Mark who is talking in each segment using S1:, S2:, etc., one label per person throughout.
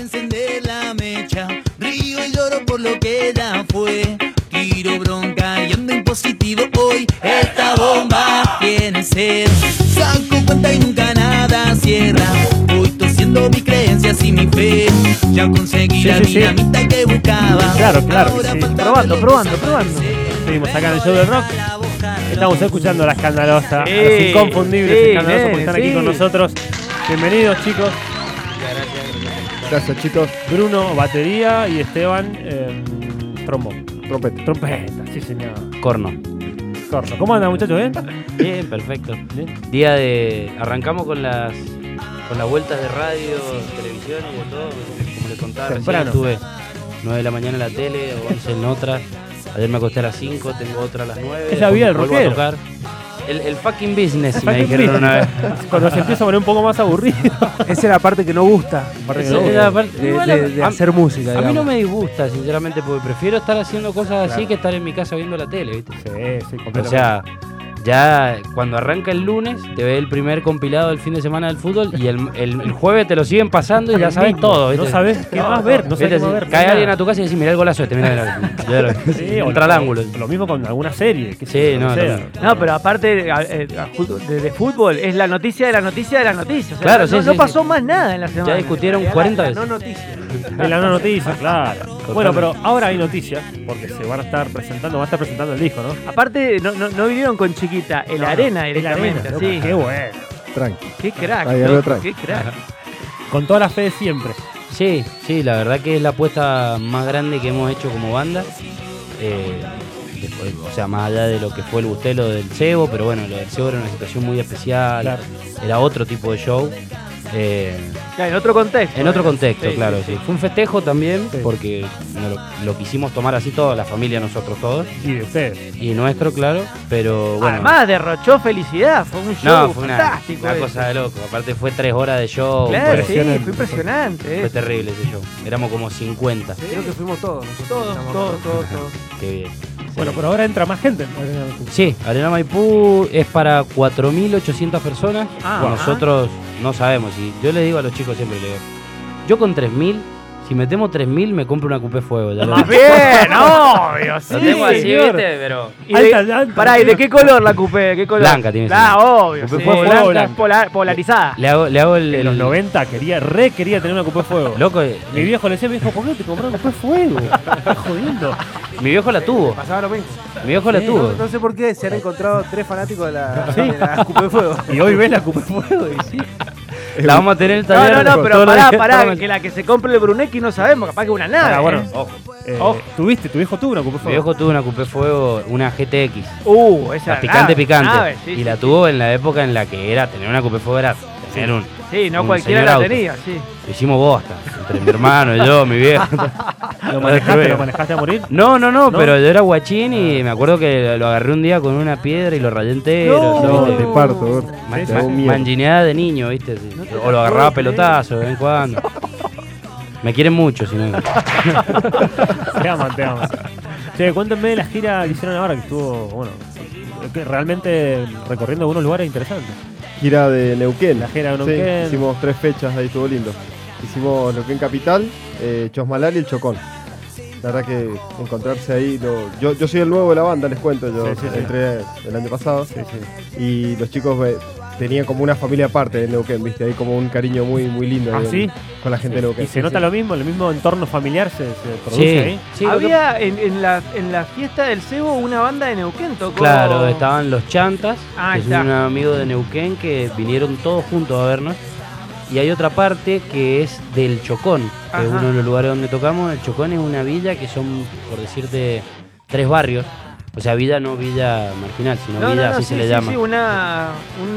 S1: encender la mecha. Río y lloro por lo que ya fue. Tiro bronca y ando impositivo hoy. Esta bomba tiene ser. Saco cuenta y nunca nada cierra. Voy tosiendo mis creencias y mi fe. Ya conseguí
S2: Sí,
S1: la
S2: sí, sí.
S1: dinamita que buscaba.
S2: Claro, claro que sí.
S1: falta
S2: Probando,
S1: verle
S2: probando,
S1: desaparecer.
S2: probando. Seguimos acá en el show del rock. Estamos escuchando a la escandalosa,
S3: Sí,
S2: a los inconfundibles
S3: sí,
S2: escandalosos por
S3: nene,
S2: estar aquí
S3: sí.
S2: con nosotros. Bienvenidos, chicos.
S4: Gracias, chicos.
S2: Bruno, batería y Esteban, eh, trombón.
S4: Trompeta.
S2: Trompeta, sí, señor.
S3: Corno.
S2: Corno. ¿Cómo andan, muchachos? eh? ¿Bien?
S3: Bien, perfecto.
S2: Bien.
S3: Día de. Arrancamos con las. Con las vueltas de radio, televisión y de todo. Como les contaba, recién
S2: Temprano.
S3: estuve 9 de la mañana en la tele, 11 en otra. Ayer me acosté a las 5, tengo otra a las 9.
S2: Es la vida del
S3: vuelvo a
S2: rockero.
S3: tocar. El, el fucking business, me
S2: Fucking
S3: dijeron una vez.
S2: Cuando se empieza a poner un poco más aburrido.
S5: Esa es la parte que no gusta
S2: Aparte que
S3: Esa
S2: no,
S3: es la parte-
S5: de,
S3: igual
S5: de- de
S3: a-
S5: hacer música.
S3: A mí no
S5: digamos.
S3: me disgusta, sinceramente, porque prefiero estar haciendo cosas así que estar en mi casa viendo la tele, ¿viste?
S2: Sí, sí,
S3: O
S2: completamente.
S3: sea, ya cuando arranca el lunes, te ve el primer compilado del fin de semana del fútbol y el, el- el jueves te lo siguen pasando y ya sabes todo. ¿viste?
S2: no sabes qué más ver, no sabes
S3: Viste,
S2: qué más
S3: si
S2: ver.
S3: Cae
S2: nada.
S3: alguien a tu casa y decís, mirá el golazo este, mirá, mirá. Ya lo-
S2: Sí, o
S3: entra al
S2: lo-
S3: ángulo.
S2: Lo mismo con alguna serie. que
S3: Sí, no,
S2: sé.
S3: no.
S6: No, pero aparte a- eh, a fut- de, de fútbol es la noticia de la noticia de la noticia. O sea,
S3: Claro,
S6: no,
S3: sí,
S6: no
S3: sí,
S6: pasó
S3: sí.
S6: más nada en la semana.
S3: Ya discutieron
S6: En realidad,
S3: 40
S6: la
S3: veces.
S6: No noticia.
S2: Es la no noticia, claro. Bueno, pero ahora hay noticias, porque se van a estar presentando, van a estar presentando el disco, ¿no?
S6: Aparte no, no, no vinieron con chiquita, el arena
S2: El
S6: directamente,
S2: Arena,
S6: sí.
S2: loco, Qué bueno.
S4: Tranqui.
S6: Qué crack,
S4: Ahí, ahí lo
S6: loco,
S4: trae.
S6: qué crack.
S2: Con toda la fe de siempre.
S3: Sí, sí, la verdad que es la apuesta más grande que hemos hecho como banda. Eh, después, o sea, más allá de lo que fue el bustelo del Cebo, pero bueno, lo del Cebo era una situación muy especial,
S2: Claro.
S3: era otro tipo de show. Eh,
S6: Ya, en otro contexto.
S3: En otro
S6: ¿eh?
S3: contexto,
S6: Sí,
S3: claro,
S6: sí.
S3: sí. Fue un festejo también,
S2: Sí.
S3: porque no lo, lo quisimos tomar así toda la familia, nosotros todos,
S2: Y de ustedes.
S3: y nuestro, claro, pero bueno.
S6: Además derrochó felicidad, fue un show
S3: no, fue una,
S6: Uh, fantástico.
S3: una
S6: ese.
S3: cosa de loco. Aparte fue tres horas de show,
S6: Claro,
S3: fue,
S6: sí,
S2: Impresionante.
S6: fue impresionante.
S3: fue
S6: eh.
S3: terrible ese show. Éramos como 50.
S5: Creo que fuimos todos. nosotros
S6: Todos,
S5: estamos
S6: todos,
S5: todos.
S6: todos, todos.
S3: Qué bien. Sí.
S2: Bueno, por ahora entra más gente.
S3: Sí, Arena Maipú es para 4.800 personas.
S6: Ah,
S3: Bueno,
S6: ajá.
S3: Nosotros no sabemos. Y yo le digo a los chicos siempre, le digo, yo con 3.000, si metemos 3.000 me compro una Coupé Fuego. Ya lo
S6: Más bien, obvio, sí.
S3: Lo tengo así,
S2: señor.
S3: ¿viste? Pero...
S6: Y de-
S2: Alta, alta.
S6: pará, ¿y de qué color la coupé? ¿De qué color?
S3: Blanca tiene que
S6: Ah,
S3: ser.
S6: obvio.
S2: Coupé
S6: sí.
S2: fue
S6: Blanca,
S2: blanca.
S6: polar- polarizada.
S3: Le hago, le hago el,
S2: En
S3: el-
S2: los 90 quería, re quería tener una copa de fuego.
S3: Loco, eh,
S2: Mi viejo le decía, viejo, ¿por qué no te compraron copa de fuego? Estás jodiendo.
S3: mi viejo la tuvo.
S5: Pasaba lo mismo.
S3: Mi viejo la
S5: No,
S3: tuvo.
S5: no sé por qué se han encontrado tres fanáticos de la, de la Copa de Fuego.
S2: Y hoy ves la copa de fuego y sí.
S3: La vamos a tener
S6: No,
S3: todavía.
S6: no, no, pero
S3: Todos los
S6: pará,
S3: días,
S6: pará,
S3: todos
S6: que la que se compre el Brunecki no sabemos, capaz que una nave.
S3: Ah,
S2: Ahora, "Ah, bueno,
S6: ¿eh?
S3: Ojo.
S2: eh,
S6: Ojo.
S2: tuviste, tu viejo tuvo una copa de
S3: Mi
S2: fuego.
S3: viejo tuvo una Coupé Fuego, una GTX.
S6: Uh, esa
S3: La picante,
S6: nave,
S3: picante.
S6: nave, sí,
S3: y
S6: sí,
S3: la
S6: sí.
S3: tuvo en la época en la que era tener una Coupé Fuego era tener un.
S6: Sí, no
S3: un
S6: cualquiera
S3: señor
S6: la
S3: auto.
S6: tenía, sí.
S3: Lo hicimos bosta. Entre mi hermano, yo, mi viejo.
S2: ¿Lo manejaste, lo manejaste a morir?
S3: No, no, no,
S2: ¿No?
S3: pero yo era guachín y me acuerdo que lo agarré un día con una piedra y lo rayé entero.
S4: No,
S3: ¿sí?
S4: te parto, bro.
S3: Man-
S4: Te hago
S3: man-
S4: mierda.
S3: mangineada de niño, ¿viste? Sí. o lo agarraba a pelotazo de vez en cuando. Me quieren mucho, si no.
S2: Te aman, te aman. Che, cuéntenme de la gira que hicieron ahora, que estuvo, bueno, que realmente recorriendo algunos lugares interesantes.
S4: Gira de Neuquén.
S2: La gira de
S4: Sí,
S2: Neuquén.
S4: hicimos tres fechas, ahí estuvo lindo. Hicimos Neuquén Capital, eh, Chosmalal y El Chocón. La verdad que encontrarse ahí, lo- yo, yo soy el nuevo de la banda, les cuento, yo
S2: Sí, sí, sí.
S4: entré el año pasado y los chicos eh, tenían como una familia aparte de Neuquén, viste, hay como un cariño muy, muy lindo
S2: ¿Ah,
S4: ahí en-
S2: sí?
S4: con la gente de Neuquén.
S2: ¿Y se
S4: Sí,
S2: nota
S4: sí.
S2: lo mismo? ¿El mismo entorno familiar se, se produce
S3: Sí,
S2: ahí?
S3: sí,
S6: Había en, en la, en la fiesta del cebo una banda de Neuquén tocó.
S3: Claro, estaban los Chantas,
S6: Ah,
S3: que es
S6: está.
S3: un amigo de Neuquén que vinieron todos juntos a vernos. Y hay otra parte que es del Chocón, que es
S6: Ajá.
S3: uno de los lugares donde tocamos. El Chocón es una villa que son, por decirte, tres barrios. O sea, villa no villa marginal, sino
S6: No, no,
S3: villa,
S6: no,
S3: así
S6: sí,
S3: se le
S6: sí,
S3: llama.
S6: sí, una,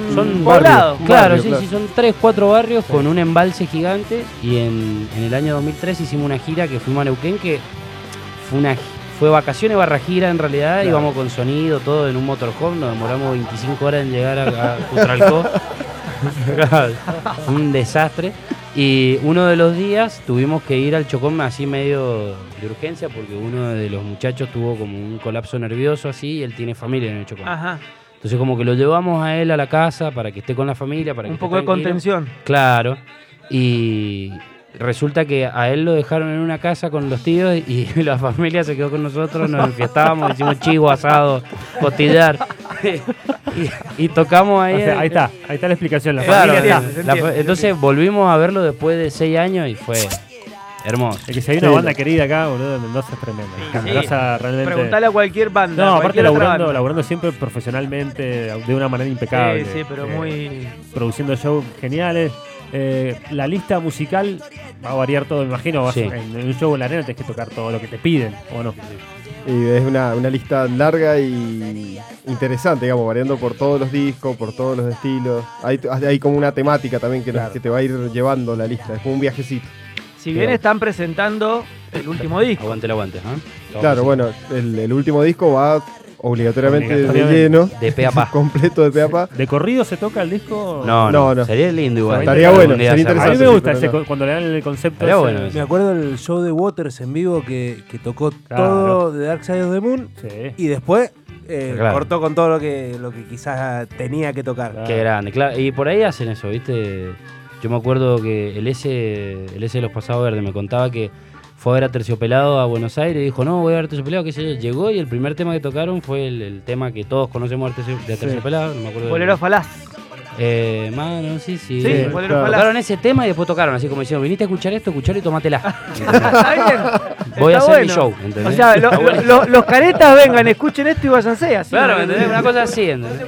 S6: un
S3: Son
S6: poblado.
S3: barrios, Claro,
S4: barrio,
S3: sí,
S4: claro.
S3: sí, son tres, cuatro barrios con un embalse gigante. Y en, en el año 2003 hicimos una gira que fuimos a Neuquén, que fue una gi- fue vacaciones barra gira en realidad.
S2: Claro.
S3: Íbamos con sonido, todo en un motorhome. Nos demoramos 25 horas en llegar a, a Cutralcó. Claro, un desastre. Y uno de los días tuvimos que ir al Chocón así medio de urgencia porque uno de los muchachos tuvo como un colapso nervioso así y él tiene familia en el Chocón.
S6: Ajá,
S3: Entonces como que lo llevamos a él a la casa para que esté con la familia, para que
S6: un
S3: esté
S6: poco de
S3: tranquilo.
S6: contención.
S3: Claro. Y, Resulta que a él lo dejaron en una casa con los tíos y la familia se quedó con nosotros, nos enfiestábamos, hicimos chivo, asado, cotillar y, y tocamos ahí.
S2: O sea,
S3: el-
S2: ahí está, ahí está la explicación. La
S3: Claro,
S2: familia
S3: la-
S2: está.
S3: la- entonces volvimos a verlo después de seis años y fue hermoso.
S2: Es que si hay una
S4: Sí,
S2: banda
S4: la-
S2: querida acá, boludo, Mendoza es tremenda. Mendoza realmente.
S6: Preguntale a cualquier
S2: no,
S6: banda. a
S2: aparte
S6: cualquier otra
S2: laburando,
S6: banda.
S2: laburando siempre profesionalmente, de una manera impecable.
S6: Sí, sí, pero
S2: Eh,
S6: muy.
S2: Produciendo shows geniales. Eh, la lista musical va a variar todo, me imagino. Vas-
S3: Sí.
S2: En en un show en la arena tenés que tocar todo lo que te piden, ¿o no?
S4: Y es una, una lista larga y interesante, digamos, variando por todos los discos, por todos los estilos. Hay, hay como una temática también que, que te va a ir llevando la lista, es como un viajecito.
S6: Si bien
S4: Claro.
S6: están presentando el último disco.
S3: Aguante el aguante, ¿eh?
S4: Claro, bueno, el, el último disco va obligatoriamente de
S2: Obligatoriamente.
S4: lleno,
S3: De pe a pa.
S4: completo de pe a pa.
S2: ¿De corrido se toca el disco?
S3: No, no,
S4: No, no.
S3: Sería lindo igual.
S4: Estaría
S3: Algún
S4: bueno,
S3: día
S4: sería
S3: hacerlo.
S2: A mí
S4: interesante.
S2: me
S4: sí,
S2: gusta
S4: pero
S2: ese
S4: no.
S2: co- cuando le dan el concepto.
S3: Estaría
S2: ese-
S3: bueno eso.
S5: Me acuerdo el show de Waters en vivo que, que tocó
S2: Claro.
S5: todo de Dark Side of the Moon
S2: Sí.
S5: y después eh,
S3: Claro.
S5: cortó con todo lo que, lo que quizás tenía que tocar.
S2: Claro.
S3: Qué grande, claro. Y por ahí hacen eso, ¿viste? Yo me acuerdo que el S, el S de los Pasados Verdes me contaba que fue a ver a Terciopelado a Buenos Aires y dijo, no, voy a ver a Terciopelado, qué sé yo. Llegó y el primer tema que tocaron fue el, el tema que todos conocemos de Tercio- de Terciopelado, no me acuerdo. del-
S6: Bolero Falaz.
S3: Eh, mano, sí, sí.
S6: Sí,
S3: Eh,
S6: Bolero
S4: claro.
S6: Falaz.
S3: Tocaron ese tema y después tocaron, así como diciendo, viniste a escuchar esto, escuchar y tomatela.
S6: Ah, Está bien.
S3: Voy a
S6: está
S3: hacer mi
S6: bueno.
S3: show, ¿entendés?
S6: O sea, lo- lo- lo- los caretas vengan, escuchen esto y váyanse así.
S3: Claro, ¿me entendés? Una cosa así, ¿entendés?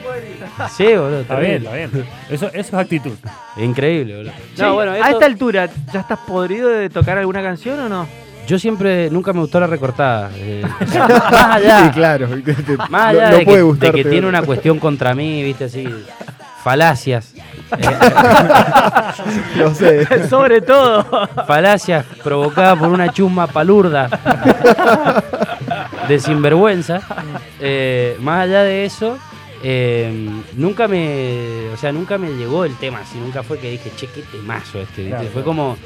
S3: Sí, boludo.
S2: Está bien, está bien. Eso, eso es actitud.
S3: Increíble, boludo.
S6: Sí, A esta altura, ¿ya estás podrido de tocar alguna canción o no?
S3: Yo siempre, nunca me gustó la recortada. eh, o sea, más allá,
S4: Sí, claro. te- te-
S3: más
S4: no-
S3: allá
S4: no
S3: de,
S4: puede
S3: que, de
S4: gustarte,
S3: que tiene
S4: ¿verdad?
S3: una cuestión contra mí, viste, así, falacias. eh,
S4: No sé.
S6: Sobre todo.
S3: falacias provocadas por una chusma palurda de sinvergüenza. eh, más allá de eso, eh, nunca me, o sea, nunca me llegó el tema, así, nunca fue que dije, che, qué temazo este, ¿viste?
S2: Claro,
S3: fue
S2: claro.
S3: como,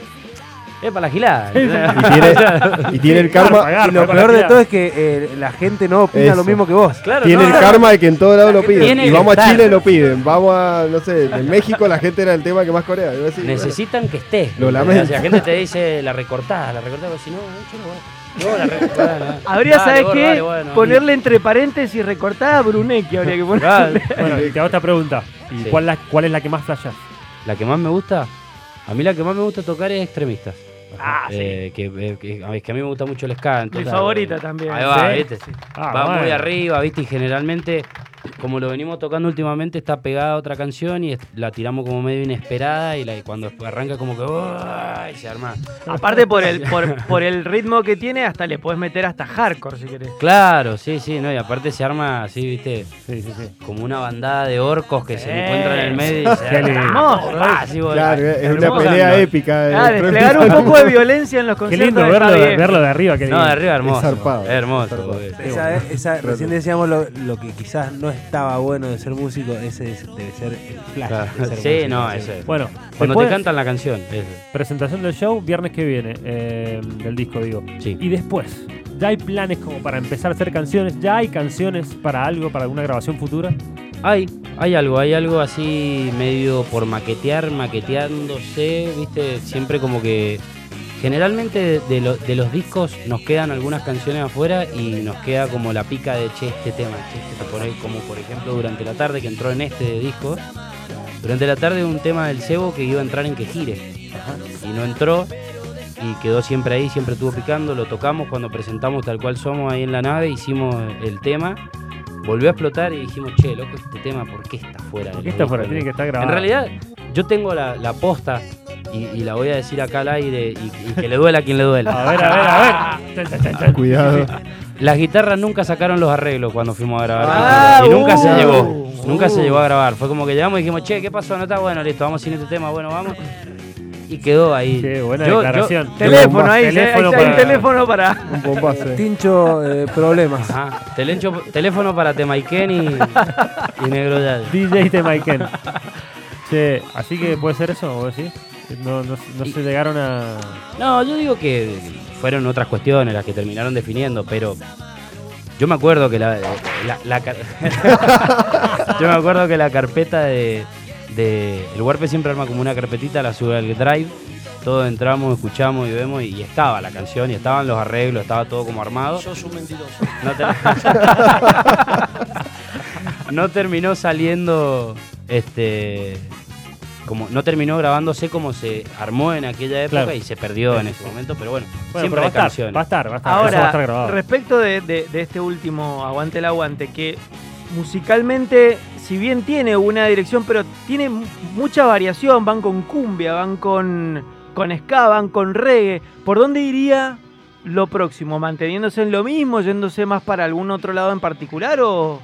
S3: eh, para la gilada. ¿entendés?
S4: Y tiene, y tiene el karma,
S2: Garpa,
S5: Y lo
S2: garpa,
S5: peor de
S2: garpa.
S5: todo es que eh, la gente no opina
S4: Eso.
S5: lo mismo que vos.
S3: Claro,
S4: tiene
S3: no,
S4: el
S3: no,
S4: karma de que en todo lado lo piden.
S3: tiene
S4: Y
S3: que
S4: vamos a
S3: estar.
S4: Chile lo piden. Vamos a, no sé, en México la gente era el tema que más corea. Yo así,
S3: Necesitan que esté.
S4: Lo lamento.
S3: O sea, la gente te dice la recortada, la recortada, vos decís, no, no, yo no voy. No, la recortada. no.
S6: Habría,
S3: Dale,
S6: ¿sabes
S3: vos,
S6: qué?
S3: dale, bueno.
S6: Ponerle entre paréntesis recortada a Brunecki habría que ponerle.
S3: Dale.
S2: Bueno, y te hago esta pregunta. ¿Y
S3: Sí.
S2: cuál, la- cuál es la que más flashás?
S3: La que más me gusta, a mí la que más me gusta tocar es extremistas.
S6: Ah, sí.
S3: Eh, que, eh, que- a- es que a mí me gusta mucho el ska.
S6: Mi
S3: entonces-
S6: favorita también.
S3: Ahí va,
S2: Sí.
S3: viste.
S2: Ah,
S3: va muy
S2: bueno.
S3: arriba, viste. Y generalmente, como lo venimos tocando últimamente, está pegada a otra canción y es- la tiramos como medio inesperada. Y, la, y cuando arranca, como que. ¡ay! se arma.
S6: Aparte por el, por, por el ritmo que tiene, hasta le puedes meter hasta hardcore si querés.
S3: Claro, sí, sí, no. Y aparte se arma así, viste.
S2: Sí, sí, sí.
S3: Como una bandada de orcos que se
S6: Eh.
S3: encuentran en el medio y se
S2: Qué lindo.
S6: Hermoso,
S3: Ah, sí, boludo.
S4: Claro, es una
S6: Hermosa.
S4: pelea épica. eh,
S6: Ah, desplegar un poco de violencia en los
S2: Qué
S6: conciertos.
S2: lindo
S6: está
S2: verlo, de,
S6: bien.
S2: verlo de arriba. Qué
S3: No, de arriba hermoso.
S4: zarpado,
S3: hermoso.
S4: zarpado.
S3: boludo.
S5: Esa, esa- recién decíamos lo, lo que quizás no estaba bueno de ser músico, ese es- debe ser el flash. de ser
S3: Sí,
S5: músico,
S3: no,
S5: sí.
S3: eso es.
S2: Bueno,
S3: Cuando
S2: después,
S3: te cantan la canción. eso.
S2: Presentación del show, viernes que viene, eh, del disco, digo.
S3: Sí.
S2: Y después, ¿ya hay planes como para empezar a hacer canciones? ¿Ya hay canciones para algo, para alguna grabación futura?
S3: Hay, hay algo, hay algo así medio por maquetear, maqueteándose, viste, siempre como que generalmente de, lo- de los discos nos quedan algunas canciones afuera y nos queda como la pica de che, este tema, che, este te pone", como por ejemplo durante la tarde que entró en este disco, durante la tarde un tema del cebo que iba a entrar en que gire y no entró y quedó siempre ahí, siempre estuvo picando, lo tocamos cuando presentamos tal cual somos ahí en la nave, hicimos el tema volvió a explotar y dijimos, che, loco, este tema, ¿por qué está fuera?
S2: Porque esta fuera, tiene que estar
S3: En
S2: grabada.
S3: realidad, yo tengo la, la posta y, y la voy a decir acá al aire y, y que le duela a quien le duela.
S2: A ver, a ver, a ver. Chan, chan, chan, chan.
S4: Cuidado.
S3: Las guitarras nunca sacaron los arreglos cuando fuimos a grabar.
S6: Ah,
S3: y nunca se
S6: uh,
S3: llegó. Nunca se llegó a grabar. Fue como que llegamos y dijimos, che, ¿qué pasó? No está bueno, listo, vamos sin este tema, bueno, vamos. Y quedó ahí.
S2: Qué buena
S3: Yo- yo-
S2: declaración.
S6: Teléfono, ahí, se- ahí
S2: Teléfono
S6: hay
S2: para-
S6: teléfono para...
S4: Un bombazo. eh.
S5: Tincho, eh, problemas.
S3: Ajá, telencho- teléfono para Temaiken y, y Negro Yal.
S2: DJ de Maiken. Che, así que puede ser eso, o sí. No, no, no se llegaron a.
S3: No, yo digo que fueron otras cuestiones las que terminaron definiendo, pero yo me eh, acuerdo que la, la- la car- yo me acuerdo que la carpeta de, de. El Warpe siempre arma como una carpetita, la sube al drive. Todos entramos, escuchamos y vemos, y, y estaba la canción, y estaban los arreglos, estaba todo como armado.
S7: Sos un mentiroso.
S3: No, ter- No terminó saliendo. Este. Como, no terminó grabándose como se armó en aquella época
S2: Claro.
S3: y se perdió en ese momento, pero bueno,
S2: Bueno,
S3: siempre
S2: pero va a
S3: hay
S2: estar,
S3: canciones.
S2: va a estar, va a estar. Ah, eso va a estar
S6: Ahora,
S2: grabado.
S6: respecto de, de- de este último Aguante el Aguante, que musicalmente, si bien tiene una dirección, pero tiene mu- mucha variación, van con cumbia, van con, con ska, van con reggae, ¿por dónde iría lo próximo? ¿Manteniéndose en lo mismo, yéndose más para algún otro lado en particular o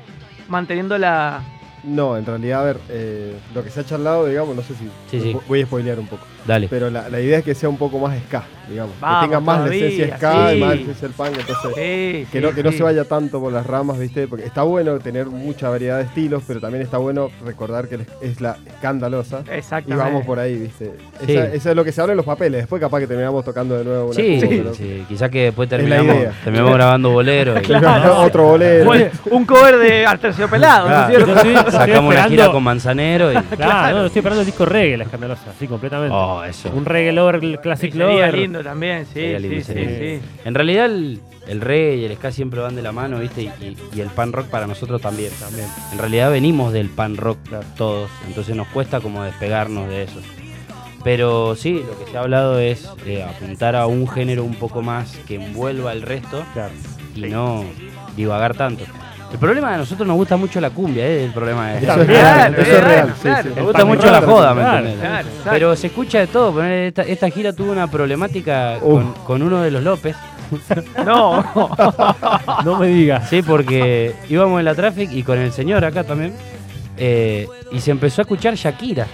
S6: manteniendo la...
S4: No, en realidad, a ver, eh, lo que se ha charlado, digamos, no sé si
S3: Sí, sí.
S4: voy a spoilear un poco.
S3: Dale.
S4: Pero la, la idea es que sea un poco más ska, digamos.
S6: Vamos,
S4: que tenga más la
S6: todavía,
S4: esencia ska
S6: sí.
S4: y más la esencia del punk, entonces.
S6: Sí,
S4: Que
S6: sí,
S4: no, que no
S6: sí.
S4: se vaya tanto por las ramas, ¿viste? Porque está bueno tener mucha variedad de estilos, pero también está bueno recordar que es la escandalosa. Y
S6: Exactamente.
S4: vamos por ahí, ¿viste?
S3: Sí.
S4: Esa- Eso es lo que se habla en los papeles. Después capaz que terminamos tocando de nuevo una
S3: Sí,
S4: cumbia,
S3: sí,
S4: ¿no?
S3: quizás que después
S4: Es la
S3: terminamos,
S4: idea.
S3: terminamos grabando bolero. y-
S4: No, otro bolero.
S6: Bueno, un cover de Arterciopelado, ¿no es
S3: Claro.
S6: cierto?
S2: Yo estoy- yo estoy
S3: Sacamos una gira
S2: esperando-
S3: con Manzanero y.
S2: Claro, no, estoy esperando el disco reggae, la escandalosa, así completamente.
S3: Oh, eso.
S2: Un reggae lover, el classic
S6: Sí, sería
S2: lover.
S6: lindo también, sí,
S3: Sería lindo,
S6: sí,
S3: sería
S6: sí,
S3: lindo.
S6: sí.
S3: En realidad, el, el reggae y el ska siempre van de la mano, ¿viste? Y, y- y el pan rock para nosotros también. también. En realidad, venimos del pan rock todos, entonces nos cuesta como despegarnos de eso. Pero sí, lo que se ha hablado es eh, apuntar a un género un poco más que envuelva el resto
S2: Claro.
S3: y no divagar tanto. El problema de nosotros nos gusta mucho la cumbia, ¿eh? El problema de
S4: Eso
S6: Claro,
S4: es real, eso es
S6: claro,
S4: real. sí,
S6: claro.
S4: sí.
S3: Me gusta
S2: pan
S3: mucho la
S2: rock,
S3: joda, ¿me
S2: claro,
S3: entendés?
S6: claro, exacto.
S3: Pero se escucha de todo. poner Esta, esta gira tuvo una problemática
S4: Uf.
S3: con, con uno de los López.
S6: No,
S2: No me digas.
S3: Sí, porque íbamos en la traffic y con el señor acá también. eh, y se empezó a escuchar Shakira.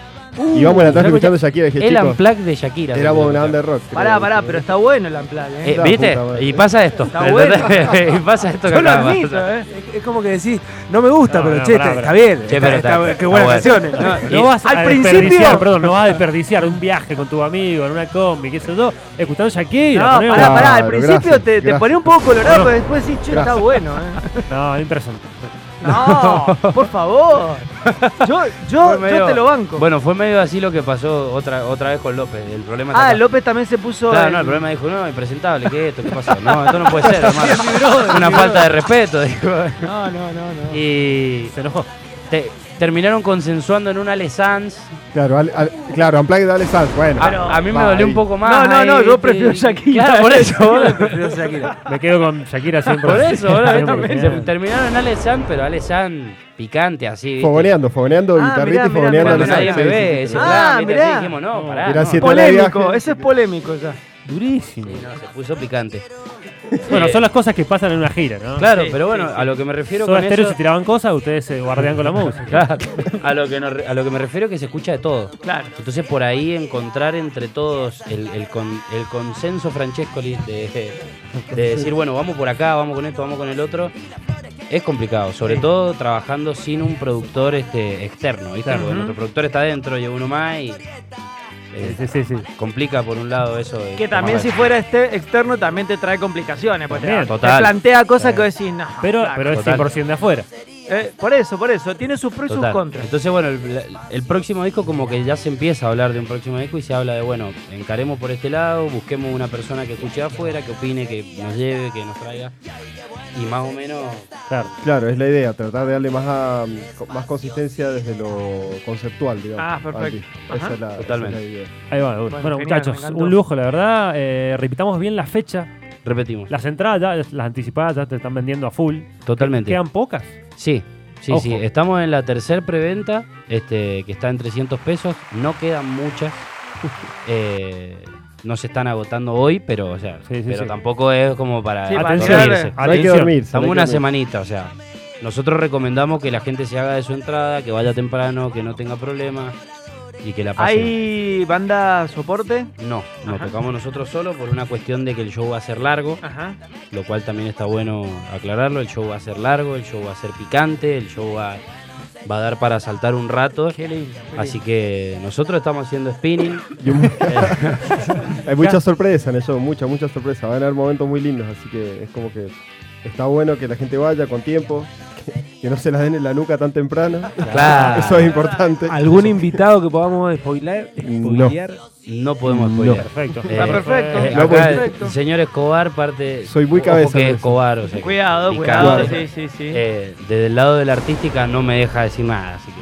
S4: Y vamos a la
S3: Se
S4: tarde
S3: escucha
S4: escuchando Shakira. Dije,
S3: El
S4: chicos,
S3: Unplugged de Shakira.
S4: éramos
S3: Se
S4: una
S3: escucha.
S4: banda de rock. creo.
S6: pará, pará, pero está bueno el Unplugged, ¿eh?
S3: Eh,
S4: La
S3: ¿Viste?
S4: puta madre.
S3: Y pasa esto.
S6: Está bueno.
S3: y pasa esto que
S6: Yo lo
S3: acaba de
S6: admito,
S3: pasar.
S6: ¿eh?
S5: Es, es como que decís, no me gusta,
S2: No,
S5: pero
S2: no,
S5: che,
S2: pará,
S5: está,
S2: pará.
S5: bien.
S3: Che,
S5: está-
S3: pero
S5: está- ¿eh?
S3: está-
S5: qué
S3: está bueno.
S5: buenas canciones. No,
S3: Y-
S2: No vas
S6: al
S2: a
S6: principio-
S2: desperdiciar, perdón, no vas a desperdiciar un viaje con tu amigo en una combi, qué sé yo, escuchando Shakira.
S6: No,
S2: ponele.
S6: pará, pará, al
S4: Claro,
S6: principio
S4: gracias,
S6: te, te
S4: gracias.
S6: pone un poco colorado,
S2: No.
S6: pero después decís, che, está
S4: Gracias.
S6: bueno, ¿eh?
S2: No, impresionante.
S6: No, por favor. Yo, yo,
S3: Fue medio-
S6: yo te lo banco.
S3: Bueno, fue medio así lo que pasó otra, otra vez con López. El problema está
S6: ah,
S3: acá.
S6: López también se puso.
S3: Claro,
S6: en-
S3: no, el problema dijo, no, impresentable, ¿qué es esto? ¿Qué pasó? No, esto no puede ser, hermano. Una falta de respeto, dijo.
S6: No, no, no, no.
S3: Y
S2: Se enojó.
S3: te- terminaron consensuando en una lesans.
S4: Claro, al, al- claro, Unplugged de Alessandro. Bueno,
S3: A, Ah, a mí me
S4: va
S3: dolió
S4: ahí.
S3: un poco más.
S6: No, no, no,
S3: ahí,
S6: yo
S3: ¿viste?
S6: prefiero Shakira.
S3: Claro, por eso. boludo.
S5: Pero Shakira.
S2: Me quedo con Shakira siempre.
S3: Por eso, boludo, ¿viste?
S2: Siempre,
S3: Se
S2: genial.
S3: terminaron en Alessand, pero Alessand picante, así. ¿viste?
S4: Fogoneando, fogoneando
S6: Ah, mirá,
S4: guitarrista y
S6: mirá,
S4: fogoneando
S3: Cuando
S6: Alessandro,
S3: nadie
S4: Alessandro.
S3: me
S4: Sí,
S3: ve,
S4: sí, sí,
S3: eso,
S4: sí.
S6: Ah,
S3: claro, ¿viste? Así
S6: mirá.
S3: dijimos, no, pará.
S4: Mirá,
S3: no.
S4: siete horas de
S6: Polémico,
S4: viaje.
S6: ese es polémico ya.
S2: Durísimo.
S3: Sí, no, se puso picante.
S2: Bueno,
S3: Eh,
S2: son las cosas que pasan en una gira, ¿no?
S3: Claro,
S6: Sí,
S3: pero bueno,
S6: sí, sí.
S3: a lo que me refiero
S2: Solo
S3: con
S2: Stereo
S3: eso...
S2: se tiraban cosas, ustedes se guardean con la música.
S3: Claro, a lo que nos re- a lo que me refiero es que se escucha de todo.
S6: Claro.
S3: Entonces por ahí encontrar entre todos el, el con- el consenso Francescoli de, de decir, bueno, vamos por acá, vamos con esto, vamos con el otro, es complicado, sobre todo trabajando sin un productor este externo, ¿viste? Porque
S6: Ujú.
S3: nuestro productor está adentro, lleva uno más y eh,
S2: Sí, sí, sí.
S3: complica por un lado eso. de
S6: Que también si
S3: tomar-
S6: fuera este externo también te trae complicaciones. Porque te,
S2: También,
S6: te
S3: total.
S6: plantea cosas que vos decís, no.
S2: Pero,
S6: flaco".
S2: pero es
S3: Total.
S2: 100% de afuera.
S6: Eh, por eso, por eso. Tiene sus pros y sus
S3: Total.
S6: contras.
S3: Entonces, bueno, el, la- el próximo disco como que ya se empieza a hablar de un próximo disco y se habla de, bueno, encaremos por este lado, busquemos una persona que escuche de afuera, que opine, que nos lleve, que nos traiga. Y más o menos...
S2: Claro.
S4: Claro, es la idea, tratar de darle más, a- co- más consistencia desde lo conceptual, digamos.
S6: Ah, perfecto.
S4: al disco. Esa
S6: Ajá.
S4: es la, esa es
S3: Totalmente.
S4: la idea.
S2: Ahí va. Bueno,
S6: Bueno,
S2: Bueno,
S6: genial, me
S2: muchachos,
S6: encantó.
S2: un lujo, la verdad. Eh, repitamos bien la fecha.
S3: Repetimos.
S2: Las entradas, ya, las anticipadas ya te están vendiendo a full.
S3: Totalmente.
S2: Quedan pocas.
S3: Sí, sí,
S2: Ojo.
S3: sí. Estamos en la tercer preventa, este, que está en 300 pesos. No quedan muchas. Eh, no se están agotando hoy, pero, o sea,
S2: Sí, sí,
S3: pero
S2: sí.
S3: tampoco es como para
S6: Sí, para
S2: Atención.
S6: dormirse.
S3: dormirse.
S6: llegar,
S4: No hay que
S2: Atención.
S4: dormir.
S3: Estamos una semanita, o sea. Nosotros recomendamos que la gente se haga de su entrada, que vaya temprano, que no tenga problemas y que la pase.
S6: ¿Hay banda soporte?
S3: No, nos
S6: Ajá.
S3: tocamos nosotros solo por una cuestión de que el show va a ser largo,
S6: Ajá.
S3: lo cual también está bueno aclararlo. El show va a ser largo, el show va a ser picante, el show va, va a dar para saltar un rato.
S6: Qué lindo.
S3: Así que nosotros estamos haciendo spinning. Eh.
S4: Hay muchas sorpresas en eso, muchas, muchas sorpresas. Van a haber momentos muy lindos, así que es como que está bueno que la gente vaya con tiempo, que, Que no se las den en la nuca tan temprano.
S3: Claro.
S4: Eso es importante.
S5: ¿Algún invitado que podamos spoilear?
S4: No.
S5: spoilear?
S3: No podemos
S4: No.
S3: spoilear.
S2: Perfecto.
S3: Está
S6: perfecto.
S3: Eh,
S6: No,
S3: acá
S4: pues-
S6: perfecto.
S3: el señor Escobar parte.
S4: Soy muy
S3: ojo
S4: cabeza,
S3: que
S4: Luis.
S3: Escobar, o sea que
S6: Cuidado,
S3: picante.
S6: cuidado. Sí, sí, sí.
S3: Eh, desde el lado de la artística no me deja decir nada, así que. no-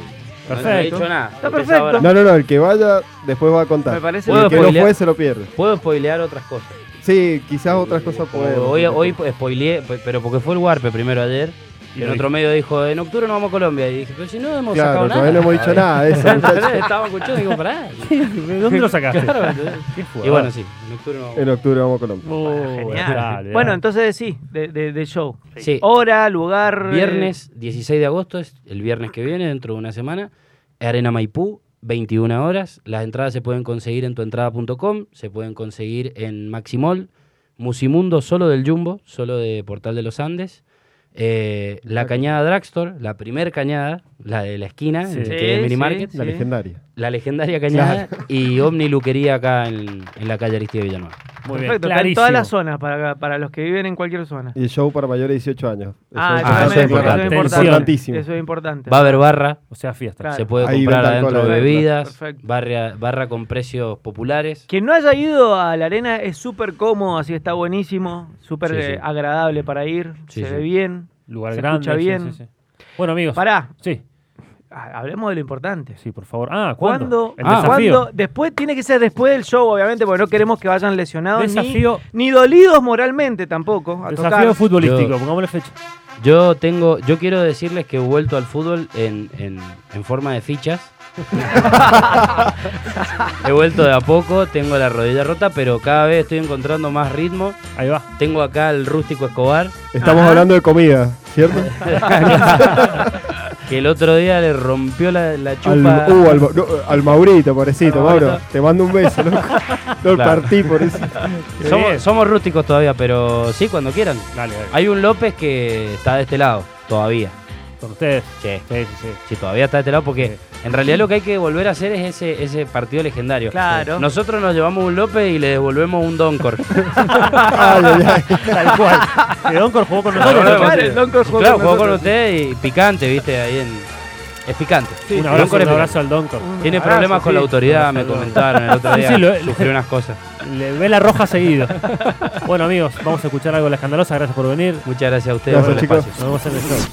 S3: No, he
S2: Perfecto.
S3: dicho nada.
S6: Está
S3: Empezá ahora.
S6: perfecto.
S4: No, no, no, el que vaya después va a contar.
S6: Me parece
S4: Y el
S3: bien.
S4: que no
S3: Spoilear.
S4: fue se lo pierde.
S3: Puedo spoilear otras cosas.
S4: Sí, quizás otras cosas pueden.
S3: Oh, Hoy, hoy spoileé, pe- pero porque fue el Warpe primero ayer. Y en
S2: hoy.
S3: otro medio dijo, en octubre no vamos a Colombia. Y dije, pero si no hemos
S4: Claro,
S3: sacado nada.
S4: todavía no hemos dicho nada de eso, muchachos.
S3: Estábamos escuchando y digo, pará.
S2: ¿De dónde lo sacaste?
S3: Claro, entonces-
S2: Qué fuerte.
S3: y bueno, sí, en octubre no vamos.
S4: En octubre vamos a Colombia.
S2: Oh,
S6: Genial.
S2: dale,
S6: Bueno,
S2: dale.
S6: entonces sí, de, de- de show.
S3: Sí.
S6: Hora, lugar. eh,
S3: Viernes 16 de agosto, es el viernes que viene, dentro de una semana. Arena Maipú, 21 horas. Las entradas se pueden conseguir en tuentrada.com, se pueden conseguir en Maximol, Musimundo solo del Jumbo, solo de Portal de los Andes. eh, la cañada Dragstore, la primer cañada, la de la esquina,
S2: Sí.
S3: en que
S6: Sí,
S3: es el mini
S6: sí,
S3: market.
S4: La
S6: sí.
S4: legendaria.
S3: La legendaria cañada y Omni Luquería acá en, en la calle Aristide Villanueva.
S2: Muy bien.
S6: Perfecto, está en
S2: clarísimo.
S6: todas las zonas, para, para los que viven en cualquier zona.
S4: Y el show para mayores de 18 años.
S6: Ah, eso,
S3: Ah, eso es
S6: también, eso es
S2: importante.
S6: importante.
S4: Importantísimo.
S6: Eso es importante.
S3: Va a haber barra,
S2: O sea, fiesta.
S6: Claro.
S3: Se puede
S4: Ahí
S3: comprar
S4: venden
S3: adentro
S4: cola
S3: de
S4: adentro.
S3: bebidas,
S6: Perfecto.
S3: barra, barra con precios populares.
S6: Quien no haya ido a la arena es súper cómodo, así está buenísimo, súper
S3: Sí, sí.
S6: eh, agradable para ir,
S3: Sí,
S6: se
S3: sí.
S6: ve bien.
S2: Lugar
S6: Se
S2: grande.
S6: escucha
S2: sí,
S6: bien.
S2: sí, sí. Bueno, amigos.
S6: Pará,
S2: Sí,
S6: ha- hablemos de lo importante.
S2: sí, por favor. Ah, ¿cuándo?
S6: ¿Cuándo?
S2: El
S6: Ah,
S2: desafío.
S6: ¿cuándo? Después tiene que ser después del show, obviamente, porque no queremos que vayan lesionados ni,
S2: Desafío,
S6: ni dolidos moralmente tampoco. A
S2: desafío
S6: tocar.
S2: futbolístico.
S3: Yo-
S2: Pongámosle fecha.
S3: Yo tengo, yo quiero decirles que he vuelto al fútbol en, en- en forma de fichas. he vuelto de a poco, tengo la rodilla rota, pero cada vez estoy encontrando más ritmo.
S2: Ahí va.
S3: Tengo acá al rústico Escobar,
S4: Estamos
S6: Ajá.
S4: hablando de comida, ¿cierto?
S3: que el otro día le rompió la, la
S4: Al,
S3: chupa.
S4: uh, al, no, al Maurito, pobrecito,
S3: Al
S4: Mauro.
S3: Maurito.
S4: Te mando un beso, loco. Lo
S3: Claro.
S4: partí, pobrecito.
S3: Somos, somos rústicos todavía, pero sí, cuando quieran.
S2: Dale, dale.
S3: Hay un López que está de este lado, todavía.
S2: Con ustedes.
S3: Sí.
S2: Sí, sí, sí.
S3: Si todavía está de este lado, porque en realidad lo que hay que volver a hacer es ese, ese partido legendario.
S6: Claro.
S3: Nosotros nos llevamos un López y le devolvemos un Doncor.
S4: Ay, ay, ay.
S2: Tal cual. Que Doncor jugó con nosotros.
S3: Claro,
S2: entonces.
S6: Claro, el Doncor jugó
S3: claro,
S6: con
S3: jugó con
S6: nosotros.
S3: usted y picante, viste, ahí en. Es picante.
S2: un
S3: Doncor
S2: abrazo,
S3: es
S2: un
S3: picante.
S2: abrazo al Doncor.
S3: Tiene
S6: abrazo,
S3: problemas con
S6: sí.
S3: la autoridad, me
S2: Abrazo,
S3: comentaron el otro
S2: Sí,
S3: día.
S2: sí, lo-
S3: Sufrió unas cosas.
S2: Le ve la roja seguido. bueno, amigos, vamos a escuchar algo de la escandalosa. Gracias por venir.
S3: Muchas gracias a ustedes por
S4: Gracias,
S3: el
S4: chicos.
S3: espacio.
S2: Nos vemos en el show.